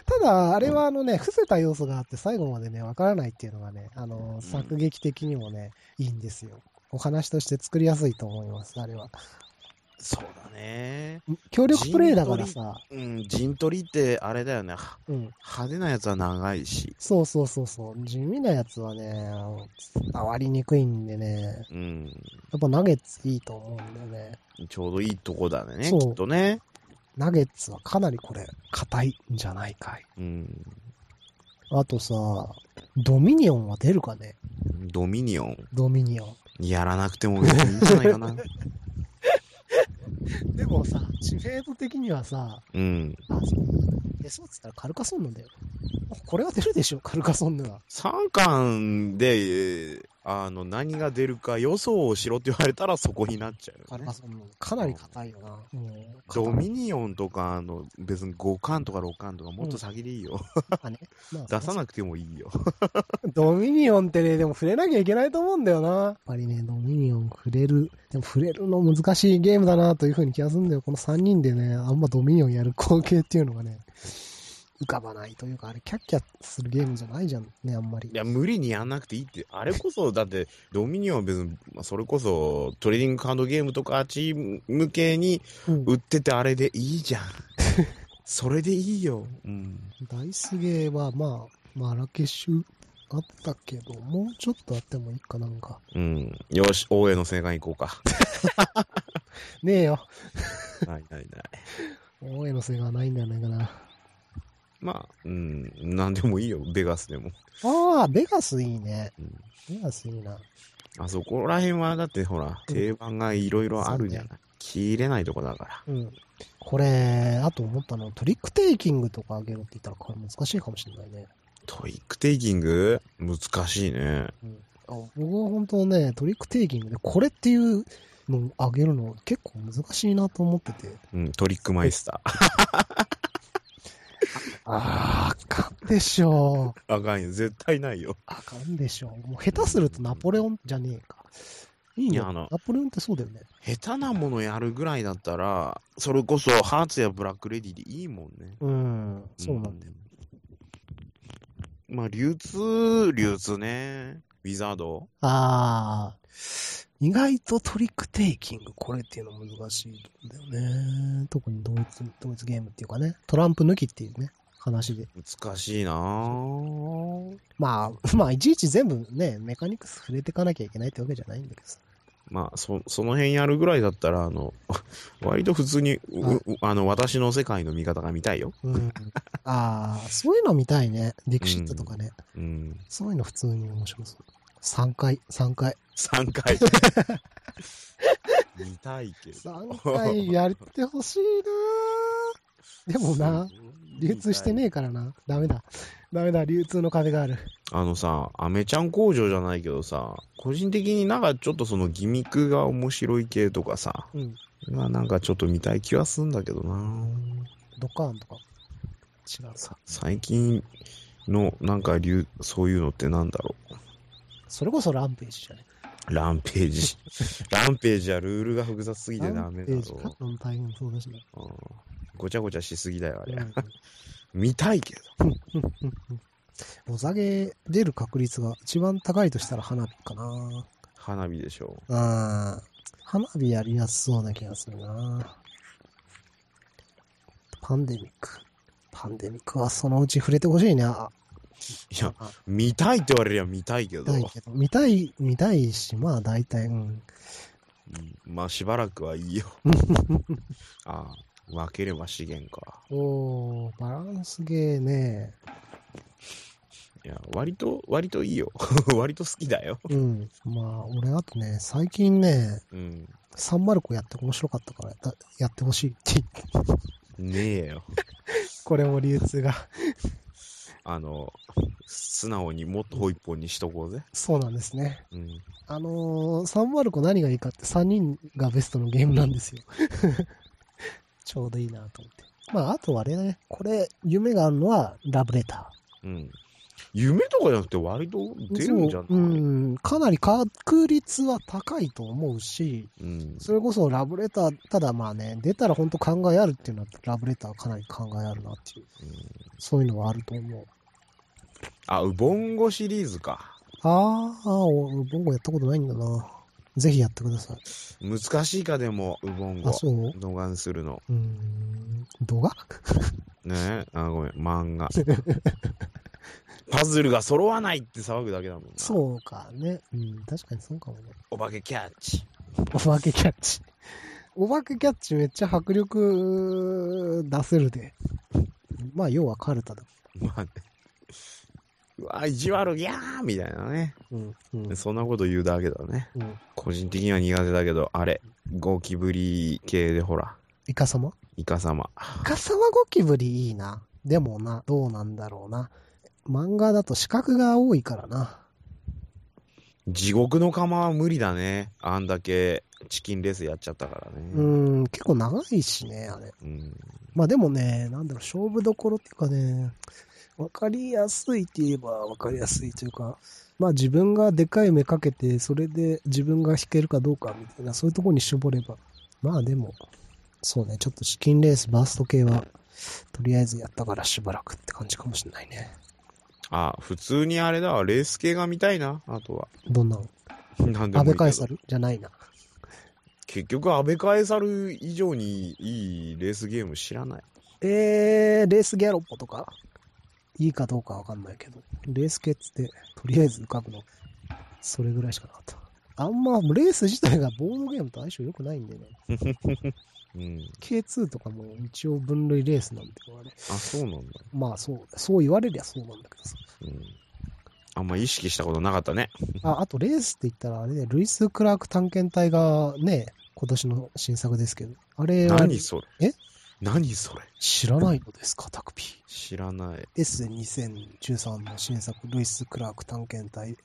Speaker 1: ただ、あれはあのね、伏せた要素があって最後までね、わからないっていうのがね、あの、作劇的にもね、いいんですよ。お話として作りやすいと思います、あれは。
Speaker 2: そうだね。
Speaker 1: 協力プレイだからさ、
Speaker 2: うん、陣取りってあれだよね。は
Speaker 1: うん。
Speaker 2: 派手なやつは長いし。
Speaker 1: そうそうそうそう。地味なやつはね、伝わりにくいんでね、
Speaker 2: うん。
Speaker 1: やっぱナゲッツいいと思うんだよね。
Speaker 2: ちょうどいいとこだね、
Speaker 1: そう
Speaker 2: きっとね。
Speaker 1: ナゲッツはかなりこれ、硬いんじゃないかい。
Speaker 2: うん。
Speaker 1: あとさ、ドミニオンは出るかね
Speaker 2: ドミニオン。
Speaker 1: ドミニオン。
Speaker 2: やらなくても別にいいんじゃないかな。
Speaker 1: でもさ、知名度的にはさ、
Speaker 2: うん。
Speaker 1: あ、そう。で、そうっつったらカルカソンヌだよ。これは出るでしょ、カルカソンヌは。
Speaker 2: 3巻で、えーあの、何が出るか予想をしろって言われたらそこになっちゃうよね、
Speaker 1: カルカソンもかなり硬いよな。もう
Speaker 2: ドミニオンとか、あの、別に5巻とか6巻とかもっと先でいいよ。
Speaker 1: なんかねまあ
Speaker 2: 出さなくてもいいよ。
Speaker 1: ドミニオンってね、でも触れなきゃいけないと思うんだよな。やっぱりね、ドミニオン触れる。でも触れるの難しいゲームだなというふうに気がするんだよ。この3人でね、あんまドミニオンやる光景っていうのがね、浮かばないというか、あれキャッキャするゲームじゃないじゃんね、あんまり
Speaker 2: い。や、無理にやんなくていいって。あれこそ、だって、ドミニオンは別に、まあそれこそ、トレーディングカードゲームとか、チーム向けに
Speaker 1: うん
Speaker 2: 売っててあれでいいじゃん。それでいいよ。うん。
Speaker 1: ダイスゲーは、まあ、マラケシュあったけど、もうちょっとあってもいいかなんか。
Speaker 2: うん。よし、大江の正解行こうか。
Speaker 1: ねえよ。
Speaker 2: ないないない。
Speaker 1: 大江のせいがないんじゃないかな。
Speaker 2: まあ、うん、なんでもいいよ、ベガスでも。
Speaker 1: ああ、ベガスいいね
Speaker 2: う。
Speaker 1: ベガスいいな。
Speaker 2: あそこら辺は、だってほら、
Speaker 1: うん
Speaker 2: 定番がいろいろあるじゃない。切れないとこだから。
Speaker 1: うん。これ、あと思ったの、トリックテイキングとかあげろって言ったら、これ難しいかもしれないね。
Speaker 2: トイックテイキング難しいね。
Speaker 1: あ僕は本当ね、トリックテイキングでこれっていうのをあげるの結構難しいなと思ってて。
Speaker 2: うん、トリックマイス ター。
Speaker 1: ああかんでしょう。
Speaker 2: あかんよ、絶対ないよ。
Speaker 1: あかんでしょう。もう下手するとナポレオンじゃねえか。いい
Speaker 2: い
Speaker 1: ね。
Speaker 2: やあ
Speaker 1: ナ
Speaker 2: の
Speaker 1: ポレオンってそうだよね。
Speaker 2: 下手なものやるぐらいだったら、それこそハーツやブラックレディでいいもんね。
Speaker 1: うん。そうなんだよ。
Speaker 2: まあ、流通、流通ね。ウィザード
Speaker 1: ああ。意外とトリックテイキング、これっていうの難しいんだよね。特にドイツ、ドイツゲームっていうかね、トランプ抜きっていうね、話で。
Speaker 2: 難しいなぁ。
Speaker 1: まあ、 まあ、いちいち全部ね、メカニクス触れていかなきゃいけないってわけじゃないんだけどさ。
Speaker 2: まあ、そ、その辺やるぐらいだったら、あの、 割と普通に、う
Speaker 1: はいう
Speaker 2: あの、私の世界の見方が見たいよ。
Speaker 1: うん。ああ、そういうの見たいね。ディクシットとかね。
Speaker 2: うん。
Speaker 1: そういうの普通に面白そう。3回、3回。
Speaker 2: 3回。 見たいけど。
Speaker 1: 3回やってほしいなでも な、流通してねえからな。ダメだ。ダメだ、流通の壁がある。
Speaker 2: あのさ、アメちゃん工場じゃないけどさ、個人的になんかちょっとそのギミックが面白い系とかさ、
Speaker 1: うん。
Speaker 2: まあなんかちょっと見たい気はすんだけどな
Speaker 1: ドカーンとか。違うさ。
Speaker 2: さ最近のなんか流、そういうのってなんだろ
Speaker 1: それこそランページじゃね。
Speaker 2: う。ランページ。 ランページはルールが複雑すぎてダメだ
Speaker 1: ランページカッ
Speaker 2: ろ
Speaker 1: トの大変そうだしね。
Speaker 2: う。うんごちゃごちゃしすぎだよ、あ
Speaker 1: う
Speaker 2: れ。
Speaker 1: ん
Speaker 2: 見たいけど。
Speaker 1: お酒出る確率が一番高いとしたら花火かな。
Speaker 2: 花火でしょ
Speaker 1: あ花火やりやすそうな気がするな。パンデミック。パンデミックはそのうち触れてほしいね。あ
Speaker 2: う。いや、見たいって言われりゃ見たいけ
Speaker 1: 見
Speaker 2: ど
Speaker 1: た、いけど。見たい、見たいし、まあ大体、うん。
Speaker 2: うんまあしばらくはい いよ。ああ、分ければ資源か。
Speaker 1: おー、バランスゲーね。
Speaker 2: いや、割と、割といいよ。 割と好きだよ。
Speaker 1: うん。まあ、俺、あとね、最近ね、
Speaker 2: うん。
Speaker 1: サンマルコやって面白かったからだやってほしいって言って。
Speaker 2: ねえよ。
Speaker 1: これも流通が。
Speaker 2: あの、素直にもっとホイッポンにしとこうぜ。
Speaker 1: そうなんですね。
Speaker 2: うん。
Speaker 1: あのー、サンマルコ何がいいかって3人がベストのゲームなんですよ。 ちょうどいいなと思って。まあ、あとはあれだね。これ、夢があるのはラブレタ
Speaker 2: うん。夢とかじゃなくて割と
Speaker 1: ー。
Speaker 2: 出るんじゃない
Speaker 1: そううん。かなり確率は高いと思うし、
Speaker 2: うん。
Speaker 1: それこそラブレター、ただまあね、出たら本当考えあるっていうのは、ラブレターかなり考えあるなっていう、
Speaker 2: うん
Speaker 1: そういうのはあると思う。
Speaker 2: あ、ウボンゴシリーズか。
Speaker 1: ああ、おボンゴやったことないんだな。ぜひやってください。
Speaker 2: 難しいか、でも、ウボ
Speaker 1: あ、
Speaker 2: ンゴ。
Speaker 1: そうう
Speaker 2: 動画にするの。
Speaker 1: ーん。動画
Speaker 2: ねえ。あ、ごめん、漫画。パズルが揃わないって騒ぐだけだもんな。
Speaker 1: そうかね。うん、確かにそうかもね。
Speaker 2: お化けキャッチ。
Speaker 1: お化けキャッチ。お化けキャッチめっちゃ迫力出せるで。まあ、要はカルタだ。
Speaker 2: まあね。うわ、意地悪、ギャーみたいなね。
Speaker 1: うん。うん。うん
Speaker 2: そんなこと言うだけだね。個人的には苦手だけど、あれ、ゴキブリ系でほら、
Speaker 1: イカ様
Speaker 2: イカ様。
Speaker 1: イカ様ゴキブリいいな。でもな、どうなんだろうな。漫画だと視覚が多いからな。
Speaker 2: 地獄の釜は無理だね。あんだけチキンレースやっちゃったからね。
Speaker 1: うん、結構長いしね、あれ。
Speaker 2: うん
Speaker 1: まあでもね、なんだろう、勝負どころっていうかね、わかりやすいって言えばわかりやすいというか、まあ自分がでかい目かけて、それで自分が引けるかどうかみたいな、そういうところに絞れば。まあでも、そうね、ちょっと資金レース、バースト系は、とりあえずやったからしばらくって感じかもしれないね。
Speaker 2: あ、普通にあれだわ。レース系が見たいな、あとは。
Speaker 1: どんなの
Speaker 2: なんで
Speaker 1: 安
Speaker 2: も
Speaker 1: 倍
Speaker 2: いいけど
Speaker 1: カエサルじゃないな。
Speaker 2: 結局、安倍カエサル以上にいいレースゲーム知らない。
Speaker 1: えー、レースギャロッポとかいいかどうかわかんないけど、レース系っつって、とりあえず浮かぶの、それぐらいしかなかった。あんま、レース自体がボードゲームと相性良くないんだよね。
Speaker 2: うん。
Speaker 1: K2 とかも一応分類レースなんで、あれ。
Speaker 2: あ、そうなんだ。
Speaker 1: まあそう、そう言われりゃそうなんだけどさ。
Speaker 2: うん。あんま意識したことなかったね。
Speaker 1: ああと、レースって言ったら、あれね、ルイス・クラーク探検隊がね、今年の新作ですけど、あれは
Speaker 2: 何それ
Speaker 1: え
Speaker 2: 何それ
Speaker 1: 知らないのですか、タクピー。
Speaker 2: 知らない。
Speaker 1: S2013 の新作、ルイス・クラーク探検隊。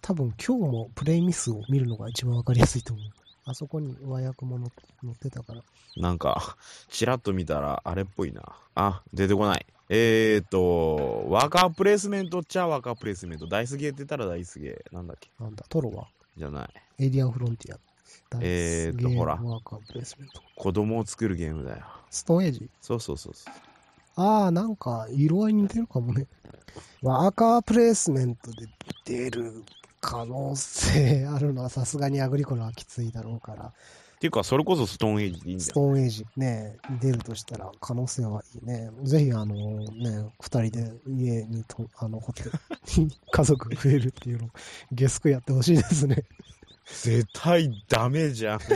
Speaker 1: 多分今日もプレイミスを見るのが一番わかりやすいと思う。あそこに和訳もの載ってたから。
Speaker 2: なんか、ちらっと見たらあれっぽいな。あ、出てこない。えーと、ワーカープレイスメントっちゃワーカープレイスメント。ダイスゲーって言ったらダイスゲー。なんだっけ
Speaker 1: なんだ、トロは
Speaker 2: じゃない。
Speaker 1: エイリアン・フロンティア。
Speaker 2: えーとほら
Speaker 1: ダイスゲームワーカープレイスメント。
Speaker 2: 子供を作るゲームだよ。
Speaker 1: ストーンエイジ
Speaker 2: そうそうそうそう。
Speaker 1: ああ、なんか、色合い似てるかもね。ワーカープレイスメントで出る可能性あるのはさすがにアグリコラはきついだろうから、
Speaker 2: っていうか、それこそストーンエイジでいいん
Speaker 1: ス
Speaker 2: だ
Speaker 1: ト
Speaker 2: よ。
Speaker 1: ーンエイジね、出るとしたら可能性はいいね。ぜひ、あのね、二人で家にと、あの、ホテルに 家族増えるっていうのを、ゲスクやってほしいですね。
Speaker 2: 絶対ダメじゃん。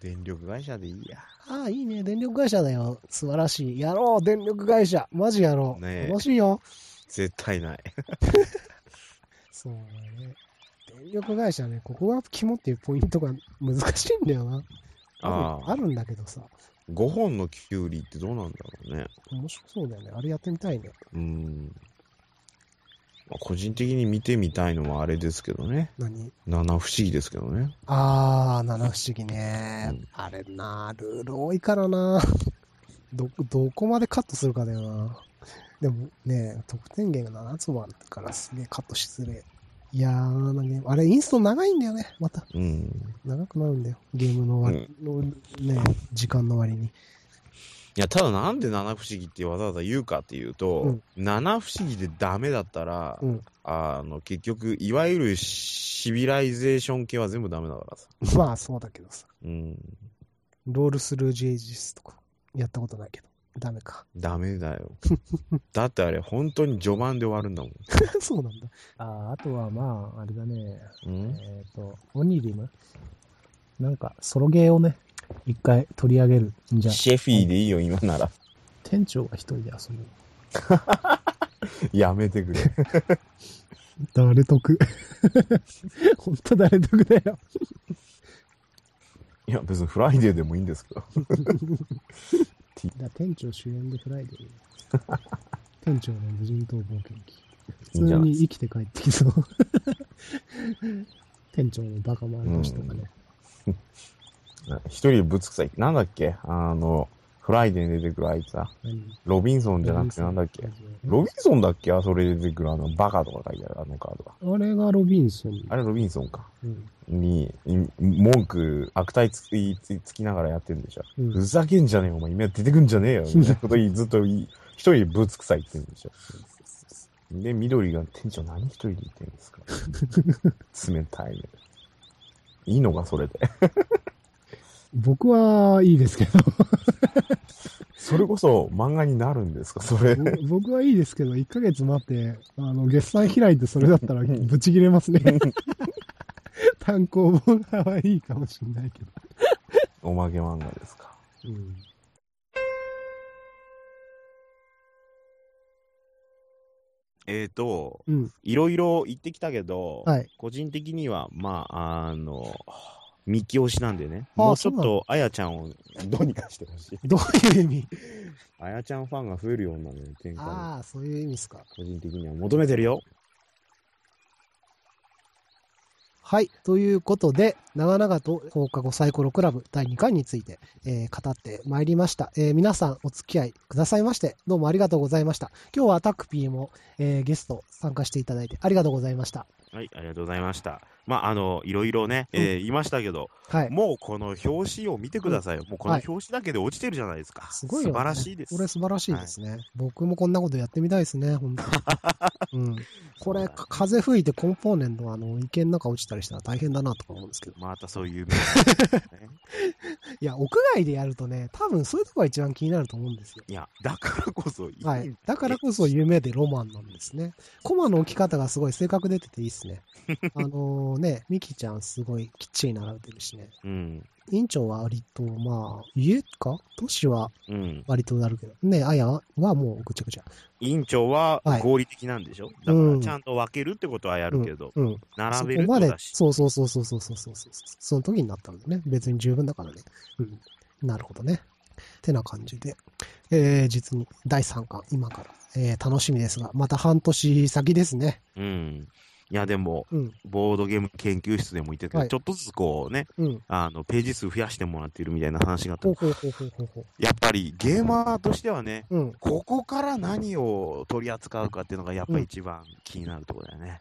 Speaker 2: 電力会社でいいや。
Speaker 1: ああ、いいね。電力会社だよ。素晴らしい。やろう、電力会社。マジやろう。
Speaker 2: ねえ
Speaker 1: 楽しいよ。
Speaker 2: 絶対ない。
Speaker 1: そうだね。電力会社ね、ここが肝っていうポイントが難しいんだよな。
Speaker 2: あ
Speaker 1: ある
Speaker 2: あ、
Speaker 1: あるんだけどさ、
Speaker 2: 5本のキュウリってどうなんだろうね。
Speaker 1: 面白そうだよね。あれやってみたいね。
Speaker 2: うん。まあ個人的に見てみたいのはあれですけどね。
Speaker 1: 何
Speaker 2: 七不思議ですけどね。
Speaker 1: あー、七不思議ね。
Speaker 2: うん
Speaker 1: あれな、ルール多いからな。 ど、どこまでカットするかだよな。でもね、得点源が7つもあるからすげえカットしづれえ。いやー、なゲームあれインスト長いんだよね、また。
Speaker 2: うん。
Speaker 1: 長くなるんだよ。ゲームのわ、のね、時間の割に。
Speaker 2: いや、ただなんで七不思議ってわざわざ言うかっていうと、七不思議でダメだったら、
Speaker 1: うん
Speaker 2: あの、結局、いわゆるシビライゼーション系は全部ダメだからさ。
Speaker 1: まあ、そうだけどさ。
Speaker 2: うん。
Speaker 1: ロールスルージェイジスとか、やったことないけど、ダメか。
Speaker 2: ダメだ よ。だってあれ、本当に序盤で終わるんだもん。
Speaker 1: そうなんだ。
Speaker 3: あーあとはまあ、あれだね。
Speaker 2: うん
Speaker 3: えっ、と、オニリムなんか、ソロゲーをね、一回取り上げるんじゃ。
Speaker 2: シェフィーでいいよ、今なら。
Speaker 3: 店長が一人で遊ぶ。
Speaker 2: やめてくれ。
Speaker 3: 誰得 本当誰得だよ。
Speaker 2: いや、別にフライデーでもいいんですけど。
Speaker 3: だ 店長主演でフライデー。店長の無人島冒険記。
Speaker 2: いい
Speaker 3: 普
Speaker 2: んじ
Speaker 3: 通
Speaker 2: ゃない
Speaker 3: に生きて帰ってきそう。 店長のバカ回り年とかね。
Speaker 2: 一人ぶつくさい。なんだっけあの、フライデーに出てくるあいつだ。
Speaker 3: 何
Speaker 2: ロビンソンじゃなくてなんだっけロビンソンだっけあ、それで出てくるあの、バカとか書いてある、あのカードは。
Speaker 3: あれがロビンソン。
Speaker 2: あれ、ロビンソンか。
Speaker 3: うん
Speaker 2: に、い文句、悪態つきつつきながらやってるんでしょ。
Speaker 3: うん
Speaker 2: ふざけんじゃねえよ、お前。今出てくんじゃねえよ。みたいなこと言いずっと言い一人ぶつくさいって言うんでしょ。で、緑が、店長何一人で言ってるんですか冷たいね。いいのか、それで。
Speaker 3: 僕はいいですけど、
Speaker 2: それこそ漫画になるんですか、それ。
Speaker 3: ぼ僕はいいですけど、1ヶ月待って、あの、月産開いてそれだったらブチ切れますね。 単行本側はいいかもしれないけど。
Speaker 2: おまけ漫画ですか。えっ、と、
Speaker 3: うん
Speaker 2: いろいろ言ってきたけど、
Speaker 3: はい
Speaker 2: 個人的には、まあ、あの、ミキ推しなんでね、
Speaker 1: あ
Speaker 2: もうち
Speaker 1: そ
Speaker 2: ょ
Speaker 1: うな
Speaker 2: っ
Speaker 1: の
Speaker 2: とあやちゃんをどうにかしてほ しい。
Speaker 1: どういう意味
Speaker 2: あやちゃんファンが増えるようなね、展開を
Speaker 1: ああ、そういう意味っすか。
Speaker 2: 個人的には求めてるよ。
Speaker 1: はい。ということで、長々と放課後サイコロクラブ第2回について、えー語ってまいりました、えー皆さんお付き合いくださいまして、どうもありがとうございました。今日はタクピーも、えーゲスト参加していただいてありがとうございました。
Speaker 2: はい、ありがとうございました。まあ、あの、いろいろね、えー言いましたけど、
Speaker 1: はい。
Speaker 2: もうこの表紙を見てくださいよ。もうこの
Speaker 1: はい
Speaker 2: 表紙だけで落ちてるじゃないですか。
Speaker 1: すごいよ、ね。
Speaker 2: 素晴らしいです。
Speaker 1: これ素晴らしいですね。僕もこんなことやってみたいですね、本当 に。うん。これ、か風吹いてコンポーネントがあの、池の中落ちたりしたら大変だなとか思うんですけど。
Speaker 2: またそういう面 がね、
Speaker 1: いや、屋外でやるとね、多分そういうとこが一番気になると思うんですよ。
Speaker 2: いや、だからこそいい、
Speaker 1: はい。だからこそ夢でロマンなんですね。コマの置き方がすごい性格出てていいっす ね。あのね、ミキちゃんすごいきっちり並べてるしね。
Speaker 2: うん。
Speaker 1: 委員長は割と、まあ、家か都市は
Speaker 2: うん。
Speaker 1: 割となるけど。ね、あやはもうぐちゃぐちゃ。
Speaker 2: 委員長は
Speaker 1: はい
Speaker 2: 合理的なんでしょ、
Speaker 1: う
Speaker 2: だか
Speaker 1: ん
Speaker 2: らちゃんと分けるってことはやるけど、
Speaker 1: うん。
Speaker 2: 並べ
Speaker 1: そ
Speaker 2: る
Speaker 1: こま
Speaker 2: と
Speaker 1: で
Speaker 2: だ、し。
Speaker 1: そうそうそうそうそうそうそうそう。その時になったんだね。別に十分だからね。うん。なるほどね。てな感じで。えー、実に第3巻、今から。えー、楽しみですが、また半年先ですね。
Speaker 2: うん。いや、でも、
Speaker 1: うん。
Speaker 2: ボードゲーム研究室でも言ってたけど、
Speaker 1: はい
Speaker 2: ちょっとずつこうね、
Speaker 1: うん。
Speaker 2: あの、ページ数増やしてもらってるみたいな話があった
Speaker 1: ほう。ほうほうほうほうほ
Speaker 2: やっぱりゲーマーとしてはね、
Speaker 1: う。うん。
Speaker 2: ここから何を取り扱うかっていうのがやっぱ一番気になるところだよね。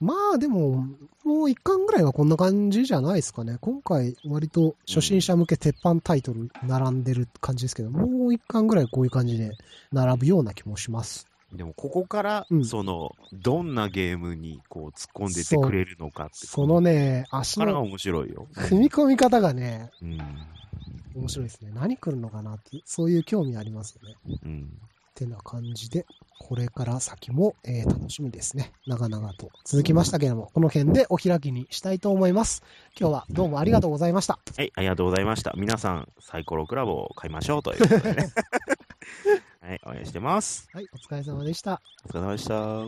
Speaker 1: まあでも、もう1巻ぐらいはこんな感じじゃないですかね。今回、割と初心者向け鉄板タイトル並んでる感じですけど、もう1巻ぐらいこういう感じで並ぶような気もします。
Speaker 2: でもここから、
Speaker 1: うん
Speaker 2: その、どんなゲームにこう突っ込んでってくれるのかって。
Speaker 1: そのね、足
Speaker 2: からが
Speaker 1: の
Speaker 2: 面白いよ。
Speaker 1: 踏み込み方がね、
Speaker 2: うん。
Speaker 1: 面白いですね。何来るのかなって、そういう興味ありますよね。
Speaker 2: うん。
Speaker 1: てな感じで、これから先も、えー楽しみですね。長々と続きましたけれども、この辺でお開きにしたいと思います。今日はどうもありがとうございました。
Speaker 2: はい、ありがとうございました。皆さん、サイコロクラブを買いましょうということ でね。はい、応援してます。
Speaker 1: はい、お疲れ様でした。
Speaker 2: お疲れ様でした。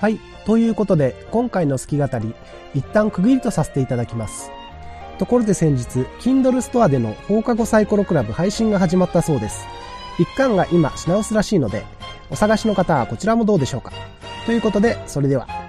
Speaker 1: はい。ということで、今回の好き語り、一旦区切りとさせていただきます。ところで先日、Kindle ストアでの放課後サイコロクラブ配信が始まったそうです。一巻が今品薄らしいので、お探しの方はこちらもどうでしょうか。ということで、それでは。